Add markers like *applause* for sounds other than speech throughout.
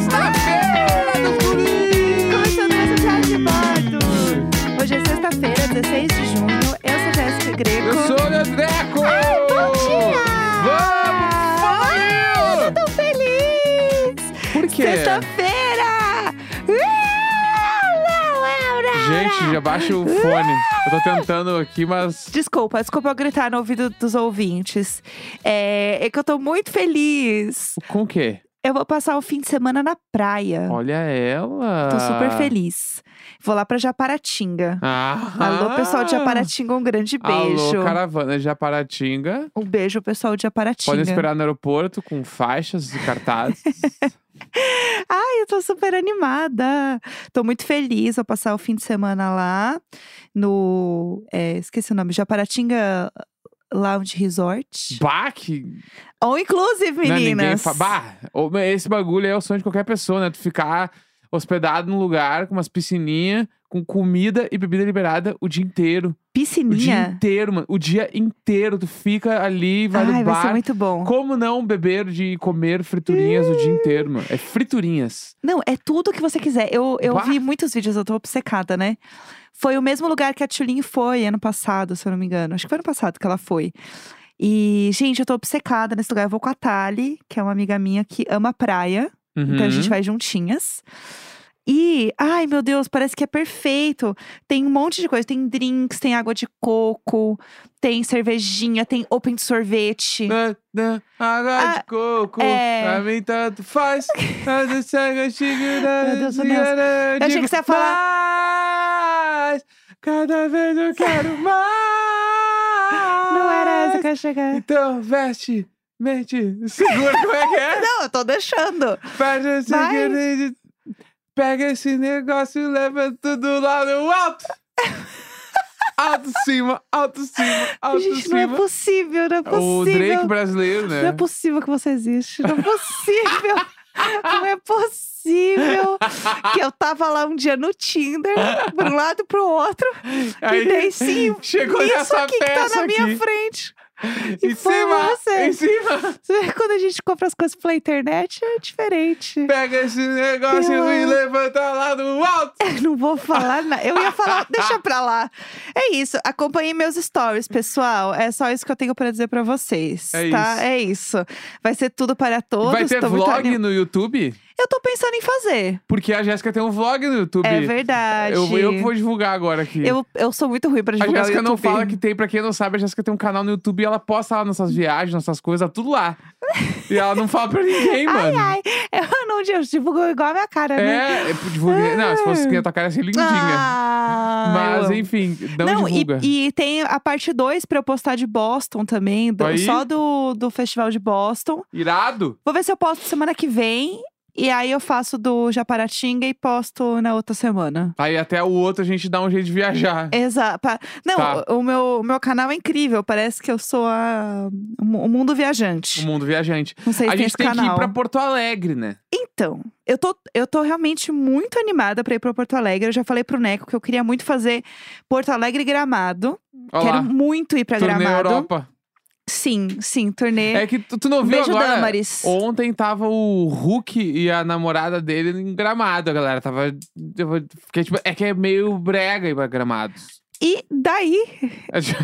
é Gente, já baixa o fone. Eu tô tentando aqui, mas. Desculpa, desculpa eu gritar no ouvido dos ouvintes. É, é que eu tô muito feliz. Com o quê? Eu vou passar o fim de semana na praia. Olha ela. Ah. Tô super feliz. Vou lá pra Japaratinga. Ah. Alô, pessoal de Japaratinga, um grande beijo. Alô, caravana de Japaratinga. Um beijo, pessoal de Japaratinga. Podem esperar no aeroporto com faixas e *laughs* cartazes. Ai, eu tô super animada. Tô muito feliz. Vou passar o fim de semana lá no. é, esqueci o nome. Japaratinga Lounge Resort. bah, que Ou inclusive, Não, ninguém meninas. fa... bah, ô, meu, esse bagulho aí é o sonho de qualquer pessoa, né? Tu ficar hospedado num lugar com umas piscininhas, com comida e bebida liberada o dia inteiro. O dia Piscininha. inteiro, mano. O dia inteiro. Tu fica ali, vai Ai, no vai ser bar. muito bom. Como não beber de comer friturinhas o dia inteiro, mano? É friturinhas. Não, é tudo que você quiser. Eu, eu Bah. vi muitos vídeos, eu tô obcecada, né? Foi o mesmo lugar que a Tulin foi ano passado, se eu não me engano. Acho que foi ano passado que ela foi. E, gente, eu tô obcecada nesse lugar. Eu vou com a Tali, que é uma amiga minha que ama praia. Uhum. Então a gente vai juntinhas. E, ai meu Deus, parece que é perfeito. Tem um monte de coisa. Tem drinks, tem água de coco, tem cervejinha, tem open de sorvete. Nã, nã, água Ah, de coco, é. pra mim tanto faz. Mas eu chego, eu chego, *laughs* Meu Deus, ô Nelson. eu Eu achei digo, que você ia falar- "Mais, cada vez eu *laughs* quero mais. Não era essa que eu ia chegar. Então veste, mente, segura como é que *laughs* é. Não, eu tô deixando. Faz o Vai. seguinte, Pega esse negócio e leva tudo lá no *laughs* alto. Alto cima, alto cima, alto Gente, não cima. é possível, não é Tá o Drake possível. brasileiro, né? Não é possível que você existe. Não *laughs* é possível. não é possível que eu tava lá um dia no Tinder, pra um lado e pro outro, Aí, e daí sim. Chegou isso nessa aqui que peça tá na aqui. minha frente. Em e foi cima, você. em cima. Você vê que *laughs* Quando a gente compra as coisas pela internet, *laughs* é diferente. Pega esse negócio Pelo e amor. levanta lá no alto. Eu não vou falar nada. Eu ia falar, deixa pra lá. É isso. Acompanhem meus stories, pessoal. É só isso que eu tenho pra dizer pra vocês. É tá? isso. É isso. Vai ser tudo para todos. Vai ter Tô muito vlog anim- no YouTube? Eu tô pensando em fazer. Porque a Jéssica tem um vlog no YouTube. É verdade. Eu, eu que vou divulgar agora aqui. Eu, eu sou muito ruim pra a divulgar o Jéssica não YouTube. fala que tem, pra quem não sabe, a Jéssica tem um canal no YouTube e ela posta lá nossas viagens, nossas coisas, tá tudo lá. E ela não fala pra ninguém, *laughs* Ai, mano. ai. Eu não eu divulgo igual a minha cara, né? É, eu divulguei. Não, se fosse que a tua cara ia ser lindinha. Ah, eu Mas, amo. enfim, não, e- divulga. E, tem a parte 2 pra eu postar de Boston também, do- Aí. só do, do Festival de Boston. Irado? Vou ver se eu posto semana que vem. E aí eu faço do Japaratinga e posto na outra semana. Aí até o outro a gente dá um jeito de viajar. Exato. Não, Tá. o, o meu, o meu canal é incrível. Parece que eu sou a, o mu- o mundo viajante. O mundo viajante. Não sei se a tem gente É. esse tem que ir canal. pra Porto Alegre, né? Então, eu tô, eu tô realmente muito animada pra ir pra Porto Alegre. Eu já falei pro Neco que eu queria muito fazer Porto Alegre e Gramado. Olha lá. Quero muito ir pra Turnê Gramado. Europa. Sim, sim, turnê. É que tu, tu não viu Beijo, agora? Damaris. Ontem tava o Hulk e a namorada dele em Gramado, a galera. Tava. eu fiquei, tipo, é que é meio brega ir pra Gramados. E daí, É *laughs* tipo-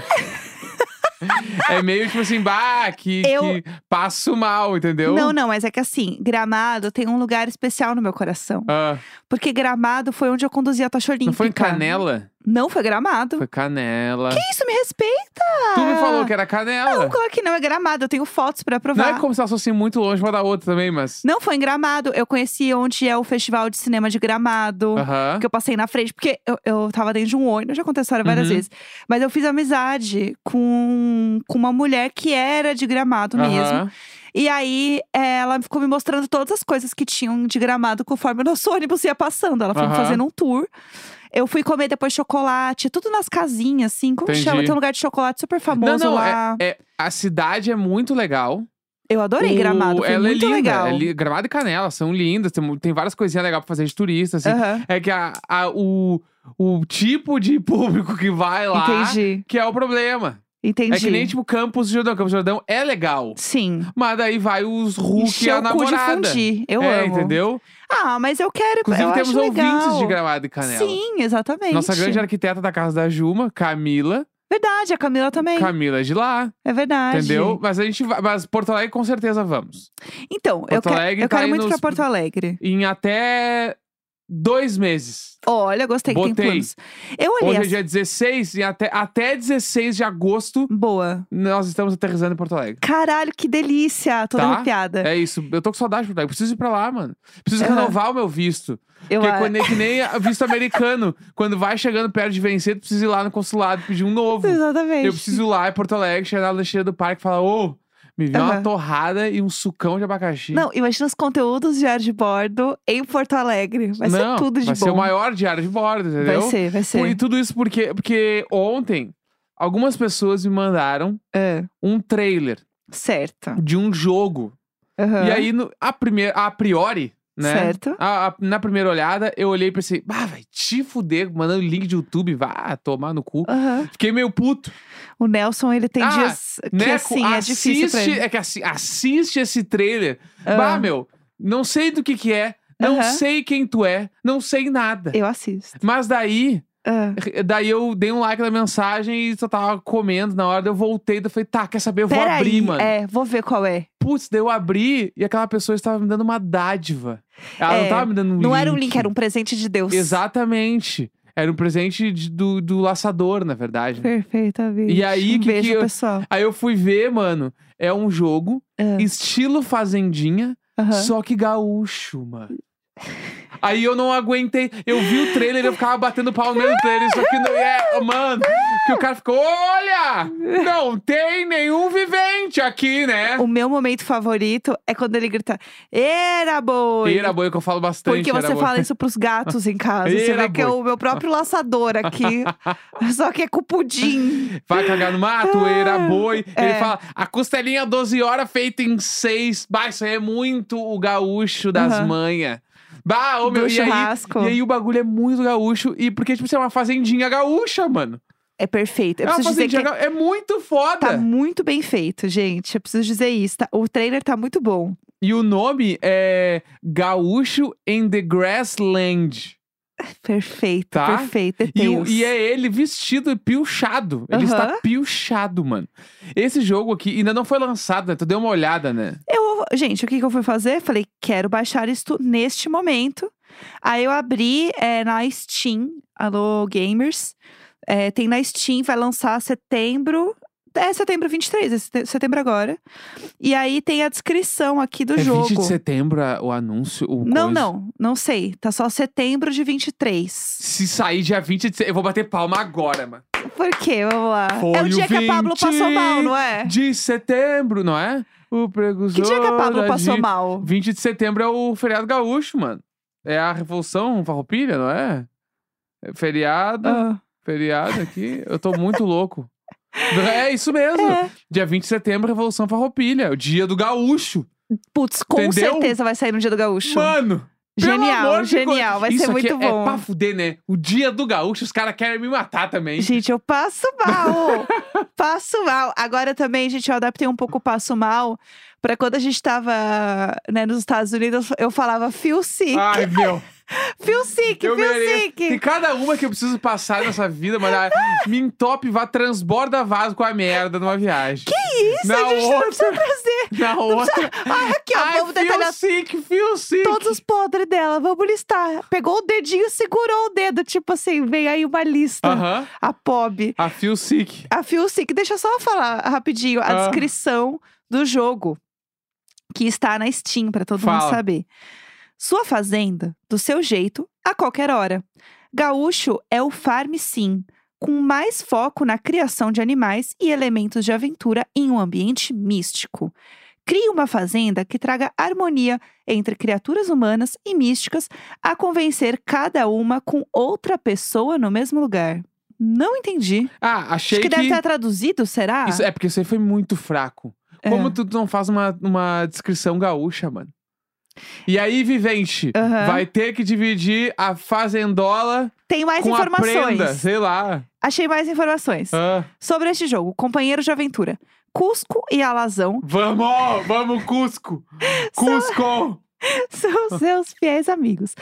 É meio tipo assim, bah, que, Eu- que passo mal, entendeu? Não, não, mas é que assim, Gramado tem um lugar especial no meu coração. Ah, Porque Gramado foi onde eu conduzi a tocha olímpica. não foi em Canela? Não foi Gramado. Foi Canela. Que isso, me respeita! Tu me falou que era Canela. Não, claro que não, é Gramado. Eu tenho fotos pra Não provar. é como se elas fossem muito longe uma da outra também, mas. Não foi em Gramado. Eu conheci onde é o Festival de Cinema de Gramado. Aham. Que eu passei na frente, porque eu, eu tava dentro de um ônibus, eu já contei a história várias Uhum. vezes. Mas eu fiz amizade com, com uma mulher que era de gramado mesmo. Aham. E aí, eh, ela ficou me mostrando todas as coisas que tinham de gramado conforme o nosso *laughs* ônibus ia passando. Ela foi me Aham. fazendo um tour. Eu fui comer depois chocolate, tudo nas casinhas, assim. Como Entendi. chama? Tem um lugar de chocolate super famoso não, lá. É, a cidade é muito legal. Eu adorei é O- gramado, foi ela muito é linda. legal. é li- Gramado e Canela são lindas. Tem, mu- tem várias coisinhas legais pra fazer de turista, assim. Aham, É que a, a- o, o tipo de público que vai lá Entendi, que é o problema. entendi. É que nem, tipo, Campos do Jordão. Campos do Jordão é legal. Sim. Mas daí vai os Hulk e Encheu a o cu de namorada. fundir. Eu é, amo. entendeu? Ah, mas eu quero. Inclusive, eu temos acho ouvintes legal. de Gramado e Canela. Sim, exatamente. Nossa grande arquiteta da casa da Juma, Camila. Verdade, a Camila também. Camila é de lá, É verdade. entendeu? Mas a gente vai. Mas Porto Alegre com certeza vamos. Então, eu, Porto quero- Alegre eu tá quero aí muito nos- pra Porto Alegre. em até dois meses. Olha, gostei que tem Botei. planos. Eu olhei. Hoje as- é dia 16 e até, até 16 de agosto Boa. nós estamos aterrissando em Porto Alegre. Caralho, que delícia! Toda Tá? arrepiada. É isso. Eu tô com saudade de Porto Alegre. Preciso ir pra lá, mano. Preciso Aham. renovar o meu visto. Eu Porque a- quando é que nem a- visto americano. Quando vai chegando perto de vencer, tu precisa ir lá no consulado pedir um novo. Exatamente. Eu preciso ir lá em Porto Alegre, chegar na lancheira do parque e falar, ô, me vê uma Aham. torrada e um sucão de abacaxi. Não, imagina os conteúdos de ar de bordo em Porto Alegre. Vai Não, ser tudo de vai bom. ser o maior diário de bordo, entendeu? vai ser, vai Por- E ser. tudo isso porque, porque ontem algumas pessoas me mandaram É, um trailer certo. de um jogo. Aham. E aí, no, a, primeira, a priori, né? Certo. a- a- na primeira olhada, eu olhei e pensei, ah, vai te fuder, mandando link de YouTube, vá tomar no cu. Aham. Fiquei meio puto. O Nelson, ele tem Ah, dias que Neco, assim, é assiste, difícil pra ele. é que assi- assiste esse trailer. Ah. Bah, meu, não sei do que que é, não Aham. sei quem tu é, não sei nada. Eu assisto. Mas daí, Ah, daí eu dei um like na mensagem e só tava comendo na hora, daí eu voltei, daí eu falei, tá, quer saber, eu vou Pera abrir, aí, mano. é, vou ver qual é. Putz, daí eu abri e aquela pessoa estava me dando uma dádiva. Ela não É, tava me dando um link. Não era um link, era um presente de Deus. Exatamente. Era um presente de- do, do laçador, na verdade. né? Perfeitamente. E aí, um que- beijo, que eu- pessoal. Aí eu fui ver, mano, é um jogo Ah. estilo fazendinha, Aham. Só que gaúcho, mano. Aí eu não aguentei. Eu vi o trailer e eu ficava batendo pau no meio do trailer. Isso aqui não é. Mano, que o cara ficou: olha! Não tem nenhum vivente aqui, né? *laughs* O meu momento favorito é quando ele grita: Era boi! E era boi que eu falo bastante. Porque era você boi. fala isso pros gatos em casa. Você Era vê que é boi. o meu próprio laçador aqui. *laughs* só que é com pudim. Vai cagar no mato, era boi. Ele É. fala: a costelinha 12 horas feita em 6. Bah, isso aí é muito o gaúcho das Aham. manhas. Bah, ô meu. Do E aí, churrasco. e aí o bagulho é muito gaúcho. E porque, tipo, você é uma fazendinha gaúcha, mano. É perfeito. Eu É uma preciso dizer que fazendinha gaúcha. É muito foda. tá muito bem feito, gente. Eu preciso dizer isso. tá- O trailer tá muito bom. *laughs* E o nome é Gaúcho in the Grassland. Perfeito, Tá? perfeito. É E, o- Deus. e é ele vestido e pilchado. Ele Aham. está pilchado, mano. Esse jogo aqui ainda não foi lançado, né? Tu deu uma olhada, né? Eu, gente, o que, que eu fui fazer? Falei, quero baixar isto neste momento. Aí eu abri é, na Steam. Alô, gamers. É, tem na Steam, vai lançar setembro. É setembro 23, é sete- setembro agora. E aí tem a descrição aqui do é jogo. 20 de setembro a- o anúncio? O não, coisa. não, não sei. Tá só setembro de 23. Se sair dia 20 de setembro, eu vou bater palma agora, mano. Por quê? Vamos lá. é Foi o o dia que a Pablo 20 passou mal, não é? De setembro, não é? O precursor Que dia que a Pablo da passou di- mal? 20 de setembro é o feriado gaúcho, mano. É a Revolução Farroupilha, não é? É feriado. Ah, Feriado aqui. Eu tô muito louco. É isso mesmo. é. Dia 20 de setembro, Revolução Farroupilha. O dia do gaúcho. Putz, com Entendeu? certeza vai sair no dia do gaúcho. Mano! pelo amor Genial, de genial. Deus. Vai isso ser aqui muito é, bom. É pra fuder, né? O dia do gaúcho, os caras querem me matar também. Gente, eu passo mal. *laughs* passo mal. Agora também, gente, eu adaptei um pouco o passo mal pra quando a gente tava né, nos Estados Unidos, eu falava feel sick, Ai, meu. feel sick, Ah, eu feel mereço. Tem sick. cada uma que eu preciso passar nessa vida, mano. Ah, Me entope, vá, transborda vaso com a merda numa viagem. Que Isso Na a gente tá não outra, precisa trazer. na outra. Ah, aqui, ó, Ai, vamos feel detalhar sick, feel sick. todos os podres dela. Vamos listar. Pegou o dedinho, segurou o dedo. Tipo assim, vem aí uma lista. Aham. A POB. A feel sick. A Filsic, deixa eu só falar rapidinho a Ah. descrição do jogo que está na Steam pra todo Fala. mundo saber. Sua fazenda, do seu jeito, a qualquer hora. Gaúcho é o farm sim, com mais foco na criação de animais e elementos de aventura em um ambiente místico. Crie uma fazenda que traga harmonia entre criaturas humanas e místicas a convencer cada uma com outra pessoa no mesmo lugar. Não entendi. Ah, achei Acho que, deve ter traduzido, será? Isso, é porque isso aí foi muito fraco. É. Como tu não faz uma, uma descrição gaúcha, mano? E aí, vivente, Aham. vai ter que dividir a fazendola Tem mais com a informações. prenda, sei lá. Achei mais informações. Ah, Sobre este jogo, Companheiro de Aventura. Cusco e Alazão *laughs* vamos, vamos Cusco! Cusco! Ah. São seus fiéis amigos.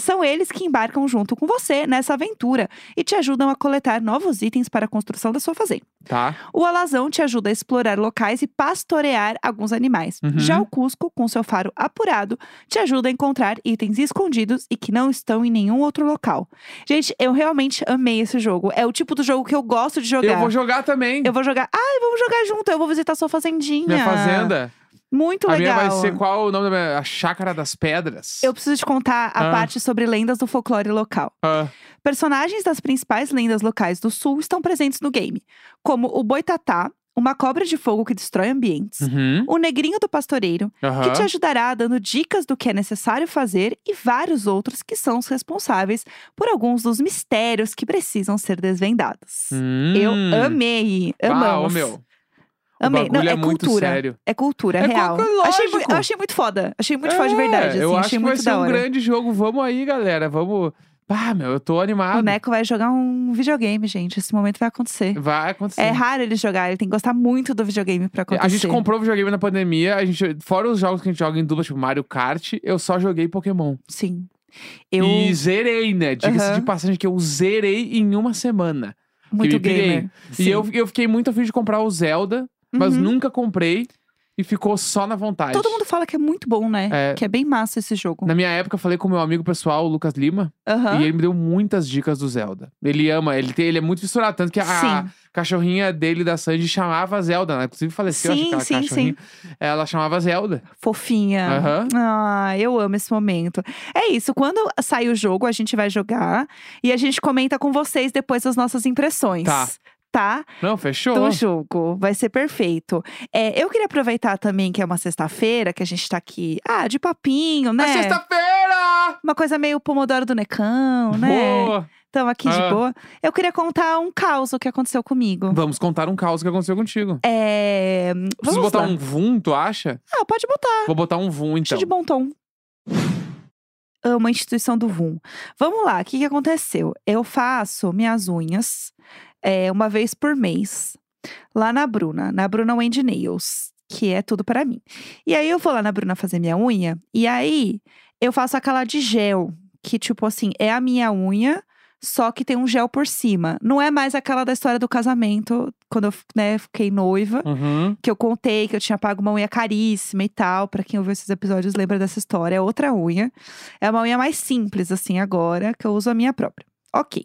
São eles que embarcam junto com você nessa aventura e te ajudam a coletar novos itens para a construção da sua fazenda. Tá. O alazão te ajuda a explorar locais e pastorear alguns animais. Uhum. Já o Cusco, com seu faro apurado, te ajuda a encontrar itens escondidos e que não estão em nenhum outro local. Gente, eu realmente amei esse jogo. É o tipo do jogo que eu gosto de jogar. Eu vou jogar também. Eu vou jogar. Ai, vamos jogar junto. Eu vou visitar sua fazendinha. Minha fazenda. Muito a minha legal. vai ser qual o nome da minha? A Chácara das Pedras. Eu preciso te contar a Ah. parte sobre lendas do folclore local. Ah, Personagens das principais lendas locais do sul estão presentes no game, como o boitatá, uma cobra de fogo que destrói ambientes, uhum, o negrinho do pastoreiro, que aham. te ajudará dando dicas do que é necessário fazer e vários outros que são os responsáveis por alguns dos mistérios que precisam ser desvendados. Hum. Eu amei, Ah, ô amamos. meu. amei. O bagulho Não, é, é muito cultura. sério. É cultura, É real. cultura, achei, mu- lógico. eu achei muito foda. Achei muito foda de É, verdade. Assim, eu acho achei que muito vai ser da um hora. grande jogo. Vamos aí, galera. Vamos. Ah, meu, eu tô O animado. Neco vai jogar um videogame, gente. Esse momento vai acontecer. Vai acontecer. É raro ele jogar, ele tem que gostar muito do videogame pra acontecer. A gente comprou videogame na pandemia, a gente, fora os jogos que a gente joga em dupla, tipo Mario Kart, eu só joguei Pokémon. Sim. Eu, E zerei, né? Diga-se Aham. de passagem que eu zerei em uma semana. muito me pirei. gamer. Sim. E eu, eu fiquei muito afim de comprar o Zelda, mas Uhum. nunca comprei e ficou só na vontade. Todo mundo fala que é muito bom, né? É. Que é bem massa esse jogo. Na minha época, eu falei com meu amigo pessoal, o Lucas Lima, Aham. e ele me deu muitas dicas do Zelda. Ele ama, ele, tem- ele é muito fissurado, tanto que a Sim. cachorrinha dele da Sandy chamava Zelda, né? Inclusive faleceu, acho Sim, que aquela sim, É. cachorrinha. Ela chamava Zelda. Fofinha. Aham. Ah, eu amo esse momento. É isso, quando sai o jogo, a gente vai jogar e a gente comenta com vocês depois as nossas impressões. Tá. Tá? Não, fechou. do jogo. Vai ser perfeito. É, eu queria aproveitar também que é uma sexta-feira, que a gente tá aqui, ah, de papinho, né? É sexta-feira! Uma coisa meio pomodoro do Necão, né? Boa! Estamos aqui de Ah. boa. Eu queria contar um caos que aconteceu comigo. Vamos contar um caos que aconteceu contigo. É. Preciso Vamos botar lá. um vum, tu acha? Ah, pode botar, Vou botar um vum, acho então. de bom tom. Amo a instituição do VUM. Vamos lá, o que, que aconteceu? Eu faço minhas unhas é, uma vez por mês lá na Bruna, na Bruna Wendy Nails, que é tudo pra mim. E aí eu vou lá na Bruna fazer minha unha, e aí eu faço aquela de gel, que tipo assim, é a minha unha, só que tem um gel por cima. Não é mais aquela da história do casamento, quando eu né, fiquei noiva Uhum. que eu contei que eu tinha pago uma unha caríssima e tal. Pra quem ouviu esses episódios lembra dessa história. É outra unha. É uma unha mais simples, assim, agora, que eu uso a minha própria. Ok.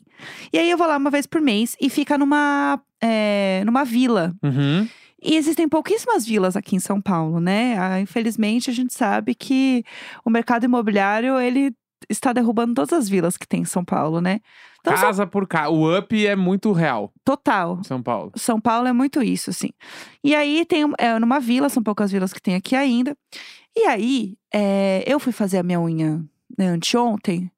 E aí eu vou lá uma vez por mês e fica numa, é, numa vila. Uhum. E existem pouquíssimas vilas aqui em São Paulo, né? Ah, Infelizmente, a gente sabe que o mercado imobiliário, ele está derrubando todas as vilas que tem em São Paulo, né? Então, São- Casa por casa. O up é muito real, total. São Paulo. São Paulo é muito isso, assim. E aí tem um- é, numa vila, são poucas vilas que tem aqui ainda. E aí é, eu fui fazer a minha unha né, anteontem.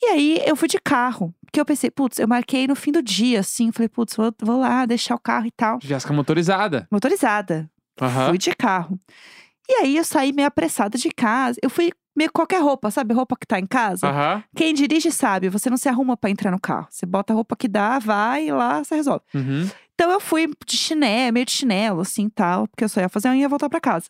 E aí eu fui de carro. Porque eu pensei, putz, eu marquei no fim do dia, assim. Falei, putz, vou, vou lá deixar o carro e tal. Jéssica motorizada. Motorizada. Aham. Fui de carro. E aí eu saí meio apressada de casa. Eu fui meio com qualquer roupa, sabe? Roupa que tá em casa. Aham. Quem dirige sabe, você não se arruma pra entrar no carro. Você bota a roupa que dá, vai e lá, você resolve. Uhum. Então eu fui de chinelo, meio de chinelo, assim, tal. Porque eu só ia fazer e ia voltar pra casa.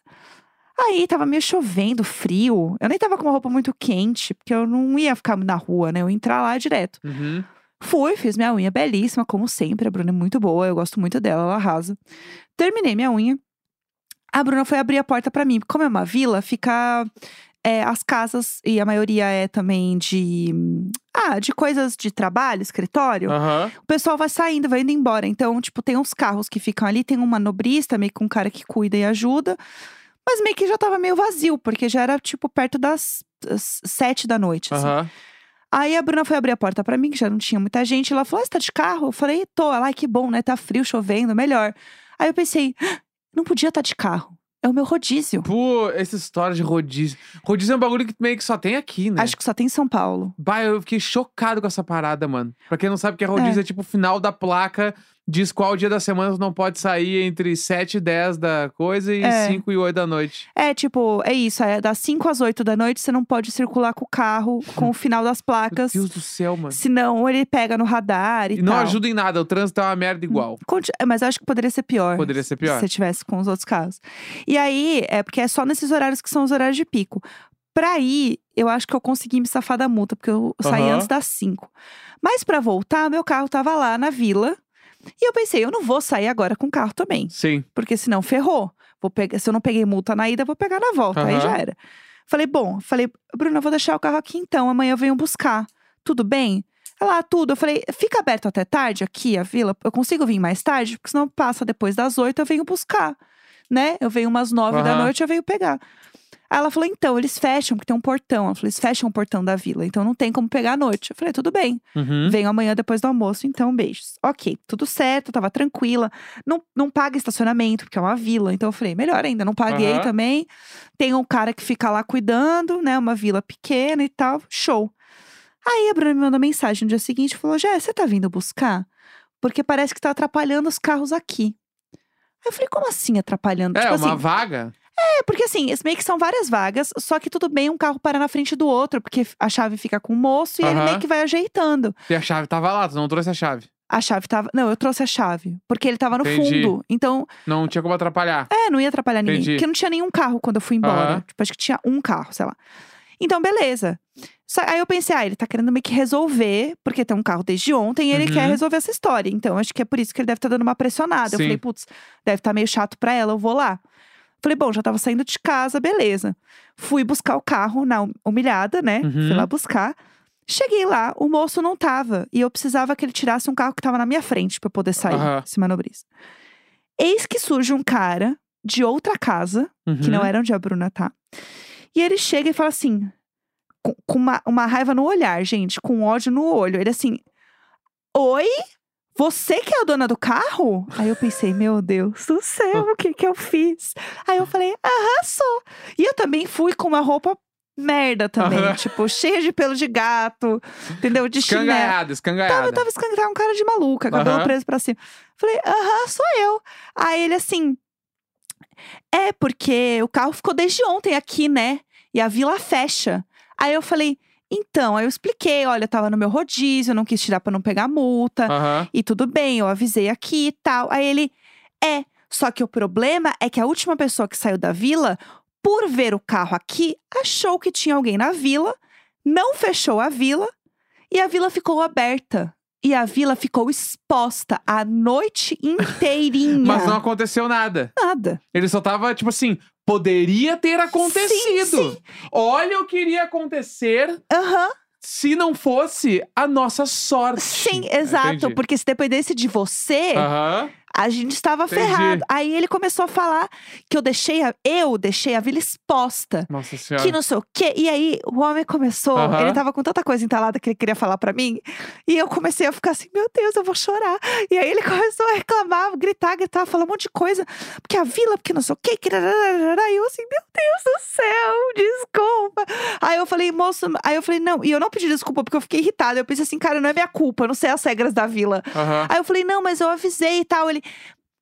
Aí tava meio chovendo, frio. Eu nem tava com uma roupa muito quente, porque eu não ia ficar na rua, né? Eu ia entrar lá direto. Uhum. Fui, fiz minha unha belíssima, como sempre. A Bruna é muito boa, eu gosto muito dela, ela arrasa. Terminei minha unha. A Bruna foi abrir a porta pra mim. Como é uma vila, fica é, as casas, e a maioria é também de. hum, Ah, de coisas de trabalho, escritório Aham. o pessoal vai saindo, vai indo embora. Então, tipo, tem uns carros que ficam ali, tem um manobrista, meio que um cara que cuida e ajuda. Mas meio que já tava meio vazio, porque já era, tipo, perto das das sete da noite. assim. Aham. Aí a Bruna foi abrir a porta pra mim, que já não tinha muita gente. Ela falou: ah, você tá de carro? Eu falei: tô. Ela, ai, que bom, né? Tá frio, chovendo, melhor. Aí eu pensei: "Ah, não podia estar de carro. É o meu rodízio. Pô, essa história de rodízio. Rodízio é um bagulho que meio que só tem aqui, né? Acho que só tem em São Paulo. Bah, eu fiquei chocado com essa parada, mano. Pra quem não sabe o que é rodízio, é. tipo o final da placa. Diz qual dia da semana tu não pode sair entre 7 e 10 da coisa e É. 5 e 8 da noite. É, tipo, é isso. É das 5 às 8 da noite, você não pode circular com o carro, com o final das Meu placas. Deus do céu, mano. Senão ele pega no radar e, E não Então, tal. ajuda em nada, o trânsito é uma merda igual. Conti- é, Mas eu acho que poderia ser pior. Poderia ser pior. Se tivesse com os outros carros. E aí, é porque é só nesses horários que são os horários de pico. Pra ir, eu acho que eu consegui me safar da multa, porque eu saí Aham. antes das 5. Mas pra voltar, meu carro tava lá na vila. E eu pensei, eu não vou sair agora com o carro também. Sim. Porque senão ferrou. Vou pegar, se eu não peguei multa na ida, eu vou pegar na volta. Aí Aham. já era. Falei, bom, falei, Bruna, eu vou deixar o carro aqui então. Amanhã eu venho buscar. Tudo bem? Ela, "Ah, tudo. Eu falei, fica aberto até tarde aqui, a vila. Eu consigo vir mais tarde? Porque senão passa depois das oito, eu venho buscar. Né? Eu venho umas nove da Aham. noite, eu venho pegar. Aí ela falou, então, eles fecham, porque tem um portão. Ela falou, eles fecham o portão da vila, então não tem como pegar à noite. Eu falei, tudo bem. Uhum. Venho amanhã depois do almoço, então beijos. Ok, tudo certo, tava tranquila. Não, não paga estacionamento, porque é uma vila. Então eu falei, melhor ainda, não paguei Aham. também. Tem um cara que fica lá cuidando, né? Uma vila pequena e tal, show. Aí a Bruna me mandou mensagem no dia seguinte e falou: Jé, você tá vindo buscar? Porque parece que tá atrapalhando os carros aqui. Aí eu falei, como assim atrapalhando? É, tipo uma assim, vaga? é, porque assim, esse meio que são várias vagas, só que tudo bem um carro parar na frente do outro, porque a chave fica com o moço e ele Aham. meio que vai ajeitando. E a chave tava lá, tu não trouxe a chave. A chave tava. Não, eu trouxe a chave. Porque ele tava no Entendi. fundo. Então, Não tinha como atrapalhar. é, não ia atrapalhar ninguém. Entendi. Porque não tinha nenhum carro quando eu fui embora. Aham. Tipo, acho que tinha um carro, sei lá. Então, beleza. Só- aí eu pensei, ah, ele tá querendo meio que resolver, porque tem um carro desde ontem e ele Uhum. quer resolver essa história. Então, acho que é por isso que ele deve estar dando uma pressionada. Eu Sim. falei, putz, deve estar meio chato pra ela, eu vou lá. Falei, bom, já tava saindo de casa, beleza. Fui buscar o carro na hum- humilhada, né? Fui Uhum. lá buscar. Cheguei lá, o moço não tava. E eu precisava que ele tirasse um carro que tava na minha frente pra eu poder sair, Aham. se manobrista. Eis que surge um cara de outra casa, É, Uhum. que não era onde a Bruna tá. E ele chega e fala assim, com, com uma, uma raiva no olhar, gente, com ódio no olho. Ele assim, oi? Você que é a dona do carro? Aí eu pensei, meu Deus do céu, o que que eu fiz? Aí eu falei, aham, sou. E eu também fui com uma roupa merda também. Aham. Tipo, cheia de pelo de gato, entendeu? De Escangaiada, chinelo. né? Tava, eu escangaiada. tava escancarado, um cara de maluca, cabelo Aham. preso pra cima. Falei, aham, sou eu. Aí ele assim. É, porque o carro ficou desde ontem aqui, né? E a vila fecha. Aí eu falei, então, aí eu expliquei, olha, eu tava no meu rodízio, eu não quis tirar pra não pegar multa. Aham. E tudo bem, eu avisei aqui e tal. Aí ele, é, só que o problema é que a última pessoa que saiu da vila, por ver o carro aqui, achou que tinha alguém na vila, não fechou a vila e a vila ficou aberta. E a vila ficou exposta a *laughs* noite inteirinha. Mas não aconteceu nada. Nada. Ele só tava, tipo assim, poderia ter acontecido. Olha o que iria acontecer Aham, se não fosse a nossa sorte. sim, exato. Entendi. Porque se dependesse de você, Aham. A gente estava Entendi. ferrado. Aí ele começou a falar que eu deixei a, eu deixei a vila exposta. Nossa senhora. Que não sei o quê. E aí o homem começou, Aham. ele tava com tanta coisa entalada que ele queria falar pra mim. E eu comecei a ficar assim, meu Deus, eu vou chorar. E aí ele *laughs* começou a reclamar, gritar, gritar, falar um monte de coisa. Porque a vila, porque não sei o quê. Que... E eu assim, meu Deus do céu, desculpa. Aí eu falei, moço, aí eu falei, não. E eu não pedi desculpa porque eu fiquei irritada. Eu pensei assim, cara, não é minha culpa, eu não sei as regras da vila. Aham. Aí eu falei, não, mas eu avisei e tal. Ele,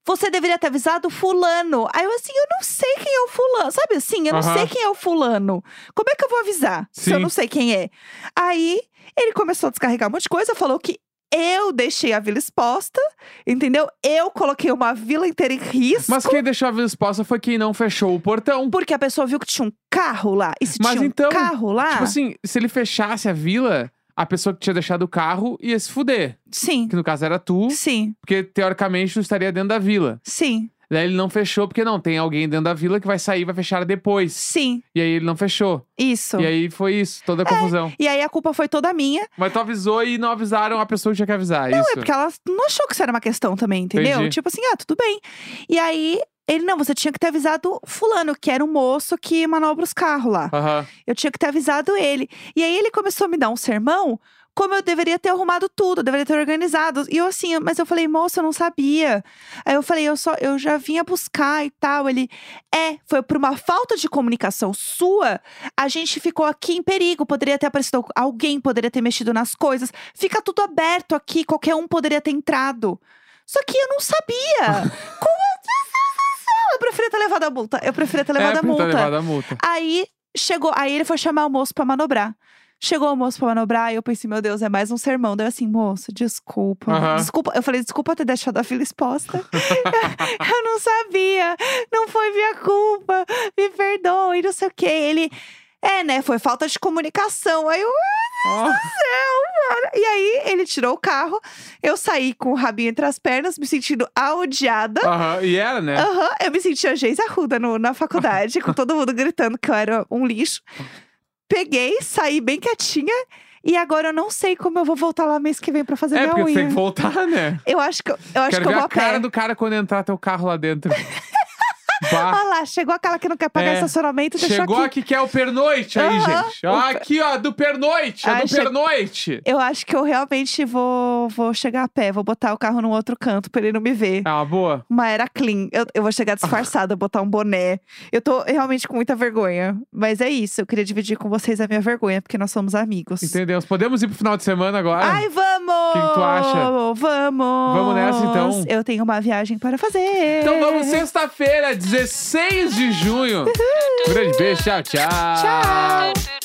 você deveria ter avisado o fulano. Aí eu assim, eu não sei quem é o fulano. Sabe assim, eu não Aham. sei quem é o fulano. Como é que eu vou avisar se eu Sim. não sei quem é? Aí ele começou a descarregar um monte de coisa, falou que eu deixei a vila exposta, entendeu? Eu coloquei uma vila inteira em risco. Mas quem deixou a vila exposta foi quem não fechou o portão. Porque a pessoa viu que tinha um carro lá. E se Mas tinha então, um carro lá. Tipo assim, se ele fechasse a vila, a pessoa que tinha deixado o carro ia se fuder. sim, Que no caso era tu, sim, porque teoricamente tu estaria dentro da vila. sim, Daí ele não fechou, porque não, tem alguém dentro da vila que vai sair e vai fechar depois. sim. E aí ele não fechou. Isso. E aí foi isso, toda a confusão. e aí a culpa foi toda minha. Mas tu avisou e não avisaram a pessoa que tinha que avisar. Não, isso. é porque ela não achou que isso era uma questão também, entendeu? Entendi. Tipo assim, ah, tudo bem. E aí, ele, não, você tinha que ter avisado fulano, que era um moço que manobra os carros lá. Aham. Eu tinha que ter avisado ele. E aí, ele começou a me dar um sermão, como eu deveria ter arrumado tudo, eu deveria ter organizado. E eu assim, mas eu falei, moço, eu não sabia. Aí eu falei, eu só, eu já vinha buscar e tal. Ele, é, foi por uma falta de comunicação sua, a gente ficou aqui em perigo. Poderia ter aparecido alguém, poderia ter mexido nas coisas. Fica tudo aberto aqui, qualquer um poderia ter entrado. Só que eu não *laughs* sabia. Como eu preferia ter levado a multa. Eu preferia ter levado é, a porque tá multa. levada a multa. Aí chegou, aí ele foi chamar o moço pra manobrar. Chegou o moço pra manobrar e eu pensei, meu Deus, é mais um sermão. Daí eu assim, moço, desculpa. Aham. Desculpa. Eu falei, desculpa ter deixado a fila exposta. *laughs* eu não sabia. Não foi minha culpa. Me perdoe, não sei o quê. Ele. É, né? Foi falta de comunicação. Aí eu, Ó, E aí, ele tirou o carro. Eu saí com o rabinho entre as pernas, me sentindo audiada. aham, E era, né? Aham, eu me senti a Geisa Arruda no- na faculdade, com todo mundo gritando que eu era um lixo. Peguei, saí bem quietinha. E agora eu não sei como eu vou voltar lá mês que vem pra fazer É, minha porque tu tem unha. que voltar, né? Eu acho que eu, eu acho Quero que eu ver vou a a pé. cara do cara quando entrar teu carro lá dentro. bah. *laughs* Olha lá, chegou aquela que não quer pagar É. estacionamento, Ah, deixou Chegou aqui. aqui que é o pernoite aí, Aham. gente. Ó, O per- aqui, ó, do pernoite. É Ai, do che- pernoite. Eu acho que eu realmente vou, vou chegar a pé, vou botar o carro num outro canto pra ele não me ver. É uma boa. Uma era clean. Eu, eu *laughs* vou chegar disfarçada, botar um boné. Eu tô realmente com muita vergonha. Mas é isso, eu queria dividir com vocês a minha vergonha, porque nós somos amigos. Entendemos. Podemos ir pro final de semana agora? Ai, vamos! Que que tu acha? Vamos! Vamos nessa, então? Eu tenho uma viagem para fazer. Então vamos sexta-feira, 16 de junho. Um grande beijo, tchau, tchau. Tchau! do